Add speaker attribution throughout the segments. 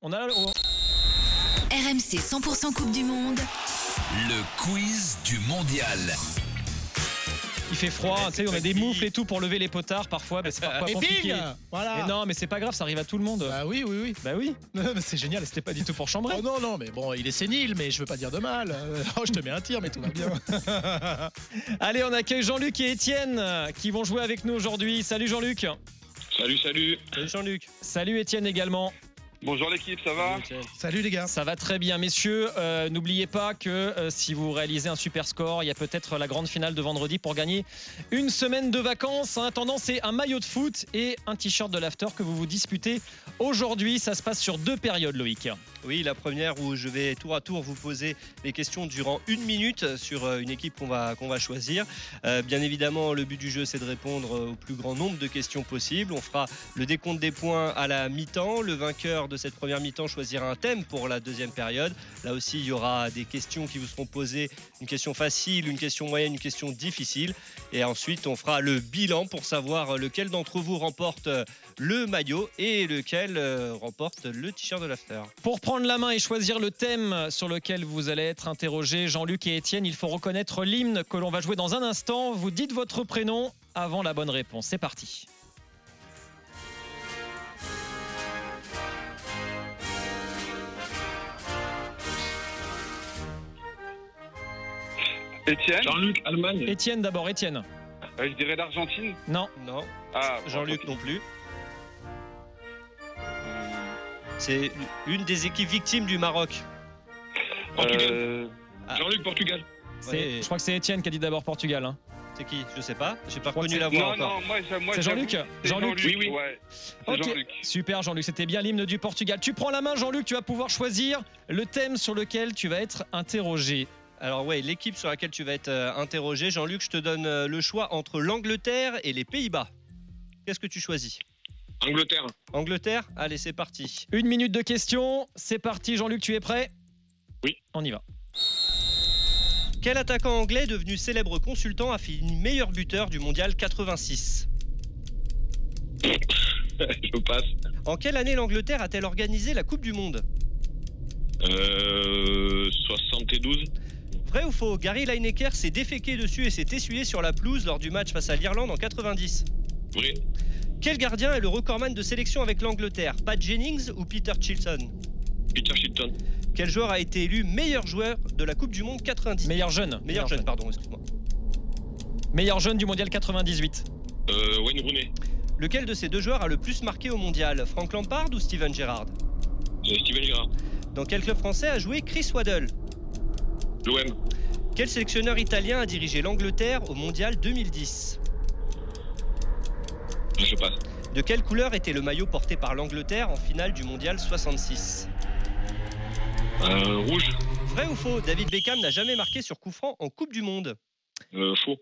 Speaker 1: On a. on-
Speaker 2: RMC 100% Coupe du Monde.
Speaker 3: Le quiz du mondial.
Speaker 1: Il fait froid, tu sais, on a des moufles et tout pour lever les potards parfois, mais c'est parfois
Speaker 4: Euh, Et
Speaker 1: compliqué.
Speaker 4: bing Voilà
Speaker 1: Mais non, mais c'est pas grave, ça arrive à tout le monde.
Speaker 4: Bah oui, oui, oui.
Speaker 1: Bah oui, Mais c'est génial, c'était pas du tout pour chambrer.
Speaker 4: Oh non, non, mais bon, il est sénile, mais je veux pas dire de mal. Oh, je te mets un tir, mais tout va bien.
Speaker 1: Allez, on accueille Jean-Luc et Étienne euh, qui vont jouer avec nous aujourd'hui. Salut Jean-Luc.
Speaker 5: Salut, salut.
Speaker 1: Salut Jean-Luc. Salut Étienne également.
Speaker 5: Bonjour l'équipe, ça va
Speaker 4: Salut les gars.
Speaker 1: Ça va très bien, messieurs. Euh, N'oubliez pas que euh, si vous réalisez un super score, il y a peut-être la grande finale de vendredi pour gagner une semaine de vacances. En attendant, c'est un maillot de foot et un t-shirt de l'after que vous vous disputez aujourd'hui. Ça se passe sur deux périodes, Loïc.
Speaker 6: Oui, la première où je vais tour à tour vous poser des questions durant une minute sur euh, une équipe qu'on va, qu'on va choisir. Euh, bien évidemment, le but du jeu, c'est de répondre euh, au plus grand nombre de questions possibles. On fera le décompte des points à la mi-temps. Le vainqueur de cette première mi-temps choisira un thème pour la deuxième période. Là aussi, il y aura des questions qui vous seront posées, une question facile, une question moyenne, une question difficile. Et ensuite, on fera le bilan pour savoir euh, lequel d'entre vous remporte euh, le maillot et lequel euh, remporte le t-shirt de l'after.
Speaker 1: Pour prendre la main et choisir le thème sur lequel vous allez être interrogé, Jean-Luc et Étienne, il faut reconnaître l'hymne que l'on va jouer dans un instant. Vous dites votre prénom avant la bonne réponse. C'est parti.
Speaker 5: Étienne
Speaker 7: Jean-Luc, Allemagne.
Speaker 1: Étienne d'abord, Étienne.
Speaker 5: Euh, Je dirais l'Argentine.
Speaker 1: Non,
Speaker 6: Non,
Speaker 5: Ah, bon,
Speaker 6: Jean-Luc
Speaker 5: tant
Speaker 6: non plus. C'est l'une des équipes victimes du Maroc.
Speaker 5: pis.
Speaker 7: Portugal.
Speaker 5: Euh,
Speaker 1: ah.
Speaker 7: Jean-Luc, Portugal.
Speaker 1: c'est- je crois que c'est Étienne qui a dit d'abord Portugal. hein.
Speaker 6: C'est qui Je sais pas. J'ai pas
Speaker 1: crois
Speaker 6: reconnu
Speaker 1: que
Speaker 6: la voix
Speaker 5: Non,
Speaker 6: encore.
Speaker 5: non, moi, j'a- moi
Speaker 1: C'est
Speaker 5: j'avoue,
Speaker 1: Jean-Luc
Speaker 5: c'est
Speaker 1: Jean-Luc
Speaker 5: Jean-Luc,
Speaker 7: Oui, oui.
Speaker 5: ouais. C'est
Speaker 1: Ok.
Speaker 5: Jean-Luc.
Speaker 1: Super Jean-Luc, c'était bien l'hymne du Portugal. Tu prends la main Jean-Luc, tu vas pouvoir choisir le thème sur lequel tu vas être interrogé.
Speaker 6: Alors ouais, l'équipe sur laquelle tu vas être euh, interrogé, Jean-Luc, je te donne euh, le choix entre l'Angleterre et les Pays-Bas. Qu'est-ce que tu choisis
Speaker 7: Angleterre.
Speaker 6: Angleterre Allez, c'est parti.
Speaker 1: Une minute de questions, c'est parti Jean-Luc, tu es prêt
Speaker 7: Oui.
Speaker 1: On y va.
Speaker 6: Quel attaquant anglais devenu célèbre consultant a fini meilleur buteur du mondial 86
Speaker 7: je passe.
Speaker 6: En quelle année l'Angleterre a-t-elle organisé la Coupe du Monde
Speaker 7: Euh, 72.
Speaker 6: Vrai ou faux Gary Lineker s'est déféqué dessus et s'est essuyé sur la pelouse lors du match face à l'Irlande en 90.
Speaker 7: Vrai.
Speaker 6: Quel gardien est le recordman de sélection avec l'Angleterre Pat Jennings ou Peter Chilton
Speaker 7: Peter Shilton.
Speaker 6: Quel joueur a été élu meilleur joueur de la Coupe du Monde 90
Speaker 1: Meilleur jeune.
Speaker 6: Meilleur jeune, pardon, excuse-moi.
Speaker 1: Meilleur jeune du mondial 98.
Speaker 7: Euh, Wayne Rooney.
Speaker 6: Lequel de ces deux joueurs a le plus marqué au mondial Frank Lampard ou Steven Gerrard
Speaker 7: Euh, Steven Gerrard.
Speaker 6: Dans quel club français a joué Chris Waddle
Speaker 7: L'OM.
Speaker 6: Quel sélectionneur italien a dirigé l'Angleterre au mondial 2010
Speaker 7: Ah, Je passe.
Speaker 6: De quelle couleur était le maillot porté par l'Angleterre en finale du mondial 66
Speaker 7: Euh, rouge.
Speaker 6: Vrai ou faux David Beckham n'a jamais marqué sur coup franc en Coupe du Monde.
Speaker 7: Euh, faux.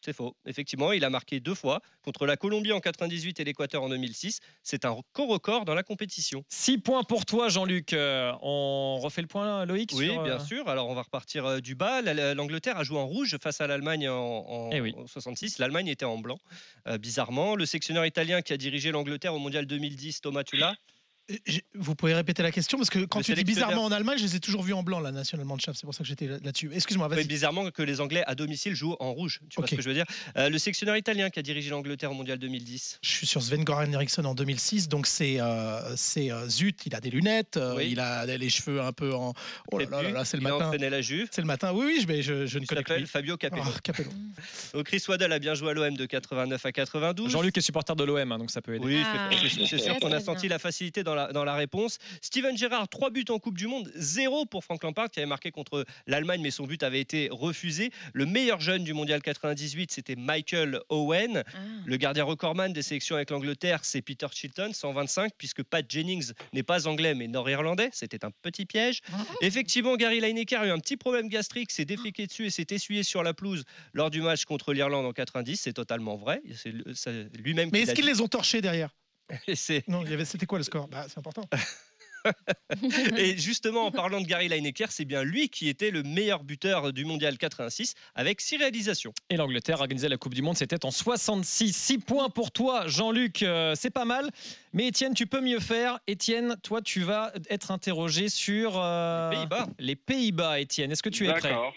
Speaker 6: C'est faux. Effectivement, il a marqué deux fois contre la Colombie en 98 et l'Équateur en 2006. C'est un co-record dans la compétition.
Speaker 1: 6 points pour toi Jean-Luc. Euh, on refait le point Loïc
Speaker 6: Oui,
Speaker 1: sur, euh,
Speaker 6: bien sûr. Alors, on va repartir euh, du bas. La- la- L'Angleterre a joué en rouge face à l'Allemagne en, en-
Speaker 1: Eh oui.
Speaker 6: en 66. L'Allemagne était en blanc, euh, bizarrement. Le sectionneur italien qui a dirigé l'Angleterre au Mondial 2010, Thomas Tula.
Speaker 4: Vous pouvez répéter la question parce que quand
Speaker 6: Le
Speaker 4: tu dis
Speaker 6: sélectionneur.
Speaker 4: bizarrement en Allemagne, je les ai toujours vus en blanc, la National Mannschaft. C'est pour ça que j'étais là- là-dessus. Excuse-moi,
Speaker 6: Oui,
Speaker 4: vas-y.
Speaker 6: bizarrement que les Anglais à domicile jouent en rouge. Tu vois
Speaker 4: Ok.
Speaker 6: ce que je veux dire Euh, Le sectionneur italien qui a dirigé l'Angleterre au Mondial 2010.
Speaker 4: Je suis sur Sven-Goran Eriksson en 2006, donc c'est euh, c'est, euh, zut, il a des lunettes, euh,
Speaker 6: Oui.
Speaker 4: il a les cheveux un peu en. Oh là là là, là, c'est le
Speaker 6: Il a
Speaker 4: matin.
Speaker 6: entraîné la Juve.
Speaker 4: C'est le matin. Oui, oui, je, mais je, je ne
Speaker 6: Il
Speaker 4: connais que
Speaker 6: s'appelle
Speaker 4: lui.
Speaker 6: Fabio Capello.
Speaker 4: Ah, Capello.
Speaker 6: Donc, Chris Waddell a bien joué à l'OM de 89 à 92.
Speaker 1: Jean-Luc est supporter de l'OM, donc ça peut aider.
Speaker 6: Oui,
Speaker 8: Ah.
Speaker 6: c'est- c'est c'est sûr
Speaker 8: Très,
Speaker 6: qu'on a
Speaker 8: très
Speaker 6: senti
Speaker 8: bien.
Speaker 6: la facilité dans la, dans la réponse. Steven Gerrard, 3 buts en Coupe du Monde, 0 pour Frank Lampard qui avait marqué contre l'Allemagne, mais son but avait été refusé. Le meilleur jeune du mondial 98, c'était Michael Owen.
Speaker 8: Ah.
Speaker 6: Le gardien recordman des sélections avec l'Angleterre, c'est Peter Chilton, 125, puisque Pat Jennings n'est pas anglais mais nord-irlandais. C'était un petit piège. Effectivement, Gary Lineker a eu un petit problème gastrique, s'est déféqué dessus et s'est essuyé sur la pelouse lors du match contre l'Irlande en 90. C'est totalement vrai. C'est le- ça- lui-même
Speaker 4: Mais
Speaker 6: qui l'a
Speaker 4: est-ce qu'ils
Speaker 6: dit.
Speaker 4: les ont torchés derrière
Speaker 6: Et c'est-
Speaker 4: Non, il y avait. C'était quoi le score Bah, C'est important.
Speaker 6: Et justement, en parlant de Gary Lineker, c'est bien lui qui était le meilleur buteur du mondial 86 avec 6 réalisations.
Speaker 1: Et l'Angleterre organisait la Coupe du Monde, c'était en 66. 6 points pour toi, Jean-Luc, euh, c'est pas mal. Mais Étienne, tu peux mieux faire. Étienne, toi, tu vas être interrogé sur euh,
Speaker 6: Les Pays-Bas.
Speaker 1: Les Pays-Bas, Étienne. Est-ce que tu es prêt
Speaker 5: D'accord.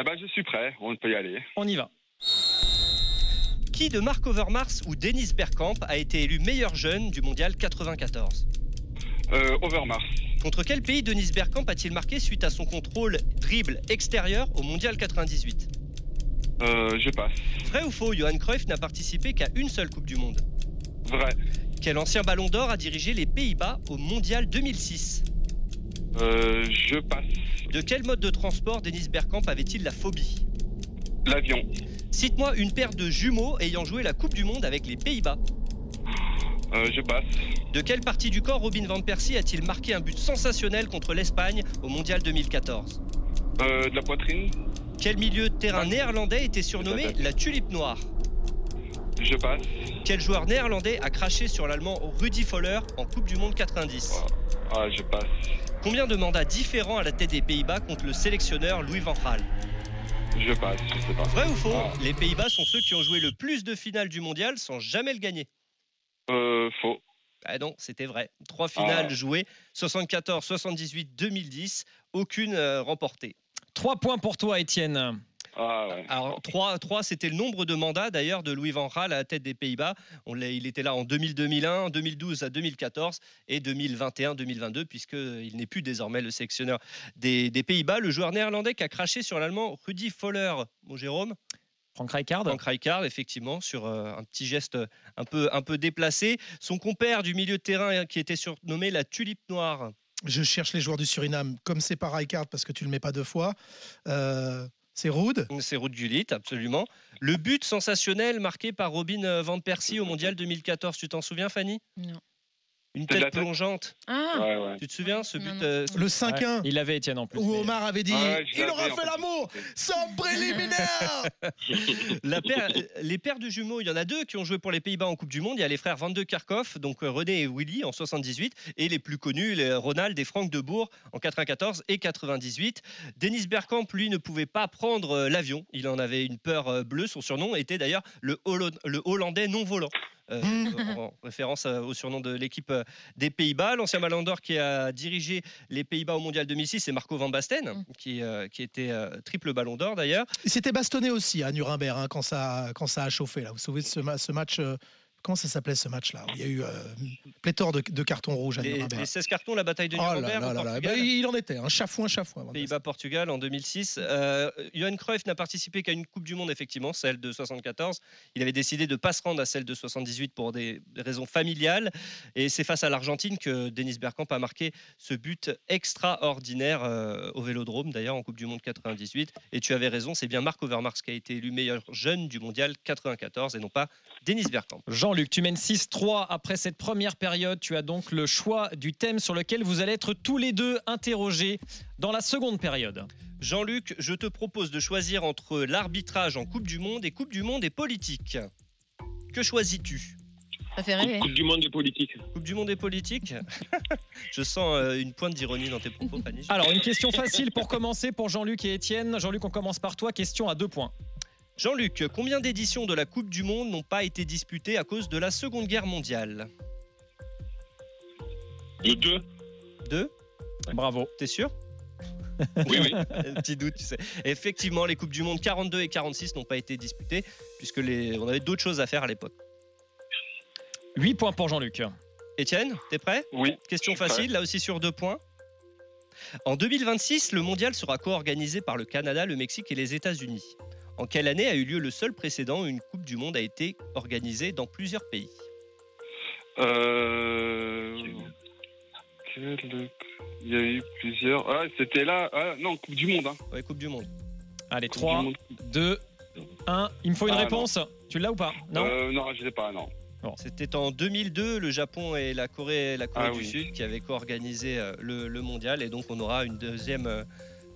Speaker 5: Eh ben, je suis prêt, on peut y aller.
Speaker 1: On y va.
Speaker 6: Qui de Marc Overmars ou Dennis Bergkamp a été élu meilleur jeune du mondial 94
Speaker 5: Euh, Overmars,
Speaker 6: Contre quel pays Dennis Bergkamp a-t-il marqué suite à son contrôle dribble extérieur au mondial 98
Speaker 5: euh, je passe.
Speaker 6: Vrai ou faux, Johan Cruyff n'a participé qu'à une seule Coupe du Monde
Speaker 5: Vrai,
Speaker 6: Quel ancien ballon d'or a dirigé les Pays-Bas au mondial 2006
Speaker 5: euh, je passe.
Speaker 6: De quel mode de transport Dennis Bergkamp avait-il la phobie
Speaker 5: L'avion,
Speaker 6: Cite-moi une paire de jumeaux ayant joué la Coupe du Monde avec les Pays-Bas.
Speaker 5: euh, je passe.
Speaker 6: De quelle partie du corps Robin Van Persie a-t-il marqué un but sensationnel contre l'Espagne au Mondial 2014
Speaker 5: Euh, de la poitrine,
Speaker 6: Quel milieu de terrain néerlandais était surnommé la tulipe noire
Speaker 5: je passe.
Speaker 6: Quel joueur néerlandais a craché sur l'allemand Rudi Foller en Coupe du Monde 90
Speaker 5: Ah, je passe.
Speaker 6: Combien de mandats différents à la tête des Pays-Bas contre le sélectionneur Louis Van Gaal
Speaker 5: Je passe, je sais pas.
Speaker 6: Vrai ou faux
Speaker 5: Ah.
Speaker 6: Les Pays-Bas sont ceux qui ont joué le plus de finales du mondial sans jamais le gagner.
Speaker 5: Euh, faux.
Speaker 6: Ah non, c'était vrai. Trois finales jouées 74, 78, 2010, aucune euh, remportée.
Speaker 1: 3 points pour toi, Étienne.
Speaker 5: Ah, ouais.
Speaker 6: Alors 3, c'était le nombre de mandats d'ailleurs de Louis Van Gaal à la tête des Pays-Bas. On l'a- il était là en 2000-2001, en 2012 à 2014 et 2021-2022 puisqu'il euh, n'est plus désormais le sélectionneur des, des Pays-Bas. Le joueur néerlandais qui a craché sur l'allemand Rudi Foller, mon Jérôme,
Speaker 1: Franck Rijkaard.
Speaker 6: en Rijkaard, effectivement, sur euh, un petit geste un peu, un peu déplacé. Son compère du milieu de terrain euh, qui était surnommé la tulipe noire.
Speaker 4: Je cherche les joueurs du Suriname, comme c'est pas Rijkaard parce que tu le mets pas deux fois. Euh, c'est Rude.
Speaker 6: C'est Ruud Gullit, absolument. Le but sensationnel marqué par Robin euh, Van Persie au Mondial 2014, tu t'en souviens, Fanny
Speaker 8: Non.
Speaker 6: Une
Speaker 5: C'est de
Speaker 6: tête
Speaker 5: la tête
Speaker 6: plongeante.
Speaker 8: Ah
Speaker 5: Ouais, ouais.
Speaker 6: Tu te souviens ce
Speaker 8: Non,
Speaker 6: but
Speaker 8: non.
Speaker 6: euh,
Speaker 4: Le
Speaker 1: Ouais,
Speaker 4: 5-1,
Speaker 1: Il l'avait, Étienne, en plus.
Speaker 4: où
Speaker 1: mais-
Speaker 4: Omar avait dit
Speaker 5: Ah ouais, je
Speaker 4: Il
Speaker 5: l'avais,
Speaker 4: aura
Speaker 5: en
Speaker 4: fait
Speaker 5: fait.
Speaker 6: Oh.
Speaker 4: l'amour sans préliminaire
Speaker 6: la paire- euh, Les paires de jumeaux, il y en a deux qui ont joué pour les Pays-Bas en Coupe du Monde. Il y a les frères Van de Kerkhoff, donc euh, René et Willy en 78, et les plus connus, les Ronald et Franck de Bourg en 94 et 98. Dennis Bergkamp, lui, ne pouvait pas prendre euh, l'avion. Il en avait une peur euh, bleue. Son surnom était d'ailleurs le, Hollo- le Hollandais non volant. euh, en référence euh, au surnom de l'équipe euh, des Pays-Bas. L'ancien ballon d'or qui a dirigé les Pays-Bas au Mondial 2006, c'est Marco Van Basten, qui, euh, qui était euh, triple ballon d'or d'ailleurs.
Speaker 4: Il s'était bastonné aussi à Nuremberg hein, quand, ça, quand ça a chauffé. Là. Vous vous souvenez de ce, ma- ce match euh, Comment ça s'appelait ce match-là où Il y a eu euh, pléthore de, de cartons rouges à
Speaker 6: Les,
Speaker 4: Nuremberg.
Speaker 6: les 16 cartons, la bataille de
Speaker 4: Oh là
Speaker 6: Nuremberg,
Speaker 4: là
Speaker 6: au
Speaker 4: là là.
Speaker 6: Portugal,
Speaker 4: Ben, il en était, un chafouin, chafouin. Van Basten.
Speaker 6: Pays-Bas-Portugal en 2006. Euh, Johan Cruyff n'a participé qu'à une Coupe du Monde, effectivement, celle de 74. Il avait décidé de ne pas se rendre à celle de 78 pour des raisons familiales. Et c'est face à l'Argentine que Denis Bergkamp a marqué ce but extraordinaire euh, au Vélodrome, d'ailleurs, en Coupe du Monde 98. Et tu avais raison, c'est bien Marc Overmars qui a été élu meilleur jeune du Mondial 94 et non pas Denis Bergkamp.
Speaker 1: Jean-Luc, tu mènes 6-3 après cette première période. Tu as donc le choix du thème sur lequel vous allez être tous les deux interrogés dans la seconde période.
Speaker 6: Jean-Luc, je te propose de choisir entre l'arbitrage en Coupe du Monde et Coupe du Monde et politique. Que choisis-tu
Speaker 8: Ça
Speaker 6: Ah,
Speaker 8: fait
Speaker 7: Coupe,
Speaker 8: rêver.
Speaker 7: Coupe du monde des politiques.
Speaker 6: Coupe du Monde et politique Je sens euh, une pointe d'ironie dans tes propos, Fanny.
Speaker 1: Alors, une question facile pour commencer pour Jean-Luc et Étienne. Jean-Luc, on commence par toi. Question à deux points.
Speaker 6: Jean-Luc, combien d'éditions de la Coupe du Monde n'ont pas été disputées à cause de la Seconde Guerre mondiale
Speaker 7: Le 2
Speaker 6: Deux
Speaker 1: Bravo.
Speaker 6: T'es sûr
Speaker 7: Oui, oui.
Speaker 6: Un petit doute, tu sais. Effectivement, les Coupes du Monde 42 et 46 n'ont pas été disputées, puisque les... on avait d'autres choses à faire à l'époque.
Speaker 1: 8 points pour Jean-Luc.
Speaker 6: Étienne, t'es prêt
Speaker 5: Oui,
Speaker 6: Question
Speaker 7: Je suis prêt.
Speaker 6: facile, là aussi sur deux points. En 2026, le mondial sera co-organisé par le Canada, le Mexique et les États-Unis. En quelle année a eu lieu le seul précédent où une Coupe du Monde a été organisée dans plusieurs pays
Speaker 5: Euh... quel- Il y a eu plusieurs. Ah, c'était là. Ah, non, Coupe du Monde. Hein.
Speaker 6: Ouais, Coupe du Monde.
Speaker 1: Allez,
Speaker 5: Coupe
Speaker 1: 3,
Speaker 5: du Monde.
Speaker 1: 2, 1. Il me faut une
Speaker 5: Ah, non.
Speaker 1: réponse. Tu l'as ou pas Non
Speaker 5: Euh, non, je sais pas, non.
Speaker 6: C'était en 2002, le Japon et la Corée, la Corée
Speaker 5: Ah
Speaker 6: du
Speaker 5: oui.
Speaker 6: Sud qui avaient co-organisé euh, le, le mondial. Et donc, on aura une deuxième, euh,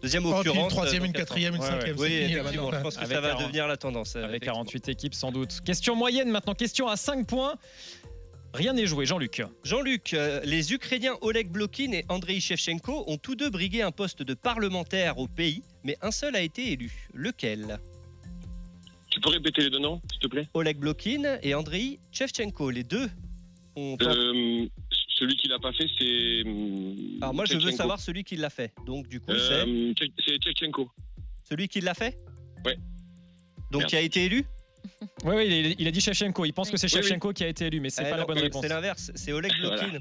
Speaker 6: deuxième
Speaker 4: Oh, puis
Speaker 6: occurrence.
Speaker 4: une troisième,
Speaker 6: euh,
Speaker 4: une
Speaker 6: dans quatre ans.
Speaker 4: quatrième, une
Speaker 1: Ouais,
Speaker 4: cinquième.
Speaker 6: Oui,
Speaker 4: c'est fini, là,
Speaker 6: effectivement,
Speaker 4: maintenant.
Speaker 6: je pense que
Speaker 1: Avec
Speaker 6: ça va
Speaker 1: 40.
Speaker 6: devenir la tendance. euh,
Speaker 1: Avec
Speaker 6: effectivement.
Speaker 1: 48 équipes, sans doute. Question moyenne maintenant. Question à 5 points. Rien n'est joué, Jean-Luc.
Speaker 6: Jean-Luc, euh, les Ukrainiens Oleg Blokin et Andrei Shevchenko ont tous deux brigué un poste de parlementaire au pays, mais un seul a été élu. Lequel
Speaker 7: Tu peux répéter les deux noms, s'il te plaît
Speaker 6: Oleg Blokin et Andrei Shevchenko, les deux ont tenté-
Speaker 7: Euh, Celui qui l'a pas fait, c'est. hum,
Speaker 6: Alors moi je veux
Speaker 7: Tchevchenko.
Speaker 6: savoir celui qui l'a fait. Donc du coup c'est
Speaker 7: Euh, Tchek- C'est Tchevchenko.
Speaker 6: celui qui l'a fait
Speaker 7: Ouais.
Speaker 6: Donc
Speaker 7: Merde.
Speaker 6: qui a été élu
Speaker 1: Oui, oui, il, il a dit Shevchenko. Il pense que c'est
Speaker 7: Oui, oui.
Speaker 1: Shevchenko qui a été élu, mais c'est
Speaker 6: Eh
Speaker 1: pas la
Speaker 6: non,
Speaker 1: bonne
Speaker 6: c'est-
Speaker 1: réponse.
Speaker 6: C'est l'inverse, c'est Oleg Blokin.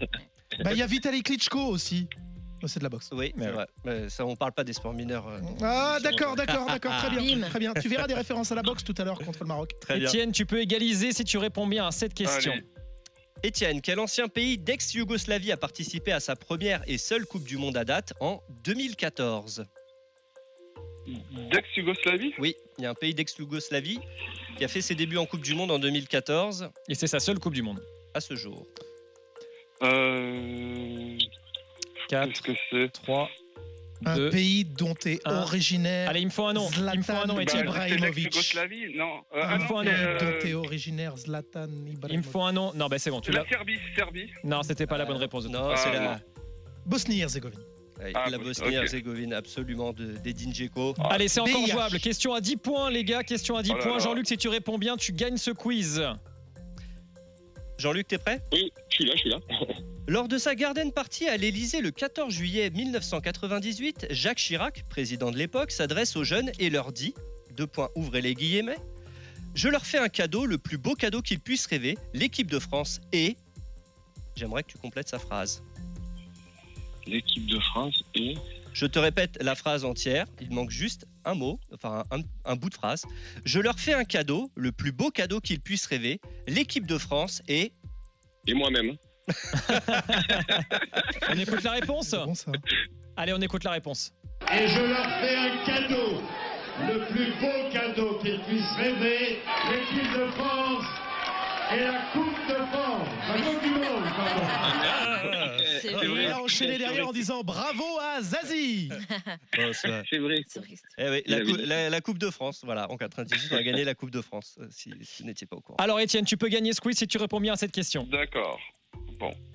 Speaker 4: Bah, il y a Vitaly Klitschko aussi. Oh, c'est de la boxe.
Speaker 6: Oui,
Speaker 1: Mais
Speaker 6: c'est
Speaker 1: ouais.
Speaker 6: vrai. Mais ça on parle pas des sports mineurs. euh.
Speaker 4: Ah, d'accord, d'accord, d'accord. Très bien.
Speaker 2: Bim.
Speaker 4: Très bien. Tu verras des références à la boxe tout à l'heure contre le Maroc.
Speaker 6: Très bien.
Speaker 1: Étienne, tu peux égaliser si tu réponds bien à cette question.
Speaker 7: Allez.
Speaker 6: Étienne, quel ancien pays d'ex-Yougoslavie a participé à sa première et seule Coupe du Monde à date en 2014 Mm.
Speaker 5: D'ex-Yougoslavie
Speaker 6: Oui, il y a un pays d'ex-Yougoslavie qui a fait ses débuts en Coupe du Monde en 2014
Speaker 1: Et c'est sa seule Coupe du Monde.
Speaker 6: à ce jour.
Speaker 5: Euh.
Speaker 1: 4,
Speaker 5: Qu'est-ce que c'est
Speaker 1: 3,
Speaker 4: Un
Speaker 1: 2.
Speaker 4: pays dont est
Speaker 1: un.
Speaker 4: originaire.
Speaker 1: Allez, il me faut un nom. Il me faut un
Speaker 4: Zlatan
Speaker 1: nom,
Speaker 5: Bah,
Speaker 1: Étienne.
Speaker 4: Ibrahimovic.
Speaker 5: c'est l'ex-Yougoslavie Non. Euh, ah
Speaker 4: Un
Speaker 5: non,
Speaker 1: faut un
Speaker 5: c'est,
Speaker 1: nom.
Speaker 5: euh,
Speaker 4: dont est originaire Zlatan
Speaker 1: Il me
Speaker 4: Ibrahimovic.
Speaker 1: faut un nom. Non, bah c'est bon. Tu l'as.
Speaker 5: La Serbie, Serbie.
Speaker 1: Non, c'était pas la bonne réponse. de toute
Speaker 6: Non,
Speaker 5: Ah,
Speaker 6: c'est la,
Speaker 5: non.
Speaker 4: Bosnie-Herzégovine.
Speaker 6: ouais,
Speaker 5: Ah,
Speaker 6: la
Speaker 5: ok.
Speaker 6: Bosnie-Herzégovine, absolument, de- d'Edin Dzeko.
Speaker 1: Allez, c'est encore
Speaker 4: BIH.
Speaker 1: jouable. Question à 10 points, les gars. Question à 10
Speaker 5: Oh là
Speaker 1: points.
Speaker 5: là.
Speaker 1: Jean-Luc, si tu réponds bien, tu gagnes ce quiz.
Speaker 6: Jean-Luc, t'es prêt
Speaker 7: Oui, je suis là, je suis là.
Speaker 6: Lors de sa garden party à l'Élysée le 14 juillet 1998, Jacques Chirac, président de l'époque, s'adresse aux jeunes et leur dit deux points, ouvrez les guillemets. Je leur fais un cadeau, le plus beau cadeau qu'ils puissent rêver, l'équipe de France et. J'aimerais que tu complètes sa phrase.
Speaker 7: L'équipe de France et.
Speaker 6: Je te répète la phrase entière, il manque juste un mot, enfin un, un bout de phrase. Je leur fais un cadeau, le plus beau cadeau qu'ils puissent rêver, l'équipe de France et.
Speaker 7: Et moi-même.
Speaker 1: On écoute la réponse
Speaker 4: C'est bon ça.
Speaker 1: Allez, on écoute la réponse.
Speaker 8: et je leur fais un cadeau, le plus beau cadeau qu'ils puissent rêver, l'équipe de France et la Coupe de France, la Coupe du Monde, pardon.
Speaker 2: C'est
Speaker 4: Et il a enchaîné derrière en disant bravo à Zazie.
Speaker 7: C'est vrai.
Speaker 6: Eh oui,
Speaker 7: Il
Speaker 6: la,
Speaker 7: avait
Speaker 6: cou-
Speaker 7: dit.
Speaker 6: la- la Coupe de France, voilà, en 98, on a gagné la Coupe de France, euh, si, si vous n'étiez pas au courant.
Speaker 1: Alors, Étienne, tu peux gagner ce quiz si tu réponds bien à cette question.
Speaker 5: D'accord.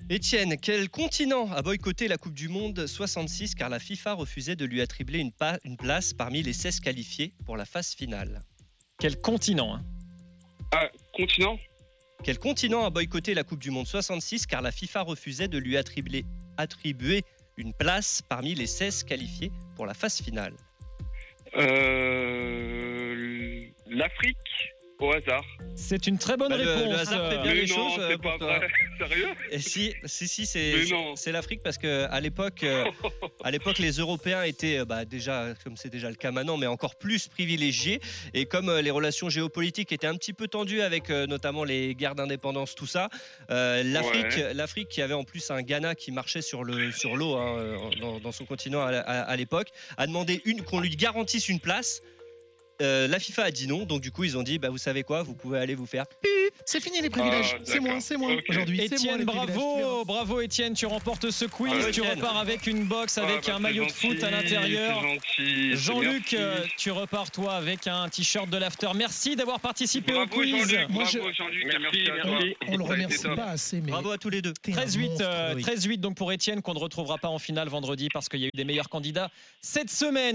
Speaker 6: Étienne, quel continent a boycotté la Coupe du Monde 66 car la FIFA refusait de lui attribuer une, pa- une place parmi les 16 qualifiés pour la phase finale
Speaker 1: Quel continent hein
Speaker 5: Ah, continent
Speaker 6: Quel continent a boycotté la Coupe du Monde 66 car la FIFA refusait de lui attribuer, attribuer une place parmi les 16 qualifiés pour la phase finale
Speaker 5: Euh. L'Afrique au hasard.
Speaker 1: C'est une très bonne
Speaker 6: Bah, le-
Speaker 1: réponse.
Speaker 6: le hasard fait bien.
Speaker 1: Euh,
Speaker 5: Mais
Speaker 6: les
Speaker 5: non,
Speaker 6: choses, euh,
Speaker 5: c'est
Speaker 6: pour
Speaker 5: pas
Speaker 6: toi.
Speaker 5: vrai. Sérieux
Speaker 6: Et si, si, si,
Speaker 5: Mais
Speaker 6: c'est
Speaker 5: non.
Speaker 6: c'est l'Afrique parce que à l'époque, euh, à l'époque, les Européens étaient euh, bah, déjà, comme c'est déjà le cas maintenant, mais encore plus privilégiés. Et comme euh, les relations géopolitiques étaient un petit peu tendues avec euh, notamment les guerres d'indépendance, tout ça, euh, l'Afrique, l'Afrique qui avait en plus un Ghana qui marchait sur le sur l'eau hein, euh, dans, dans son continent à, à- à l'époque, a demandé une qu'on lui garantisse une place. Euh, la FIFA a dit non, donc du coup ils ont dit, bah, vous savez quoi, vous pouvez aller vous faire.
Speaker 4: C'est fini les privilèges.
Speaker 5: Ah,
Speaker 4: c'est moi,
Speaker 5: d'accord.
Speaker 4: c'est moi.
Speaker 5: Ok.
Speaker 4: Aujourd'hui, c'est moi.
Speaker 1: Étienne,
Speaker 4: les privilèges.
Speaker 1: bravo, bravo Étienne, tu remportes ce quiz,
Speaker 5: Ah,
Speaker 1: tu
Speaker 6: Étienne. Oh,
Speaker 1: repars avec une box, avec
Speaker 5: Ah, bah,
Speaker 1: un
Speaker 5: c'est
Speaker 1: maillot
Speaker 5: gentil,
Speaker 1: de foot à l'intérieur.
Speaker 5: c'est gentil, c'est
Speaker 1: Jean-Luc,
Speaker 5: merci.
Speaker 1: euh, tu repars toi avec un t-shirt de l'after. Merci d'avoir participé au
Speaker 5: Bravo
Speaker 1: quiz.
Speaker 5: Jean-Luc,
Speaker 4: Moi, je-
Speaker 5: bravo Jean-Luc, et
Speaker 7: Merci,
Speaker 5: merci à toi.
Speaker 7: merci.
Speaker 4: On le
Speaker 5: Ça a été
Speaker 4: remercie
Speaker 5: top.
Speaker 4: pas assez, mais.
Speaker 6: Bravo à tous les deux.
Speaker 4: t'es un
Speaker 1: 13-8
Speaker 4: monstre,
Speaker 1: euh,
Speaker 4: Loïc.
Speaker 1: 13-8 donc pour Étienne qu'on ne retrouvera pas en finale vendredi parce qu'il y a eu des meilleurs candidats cette semaine.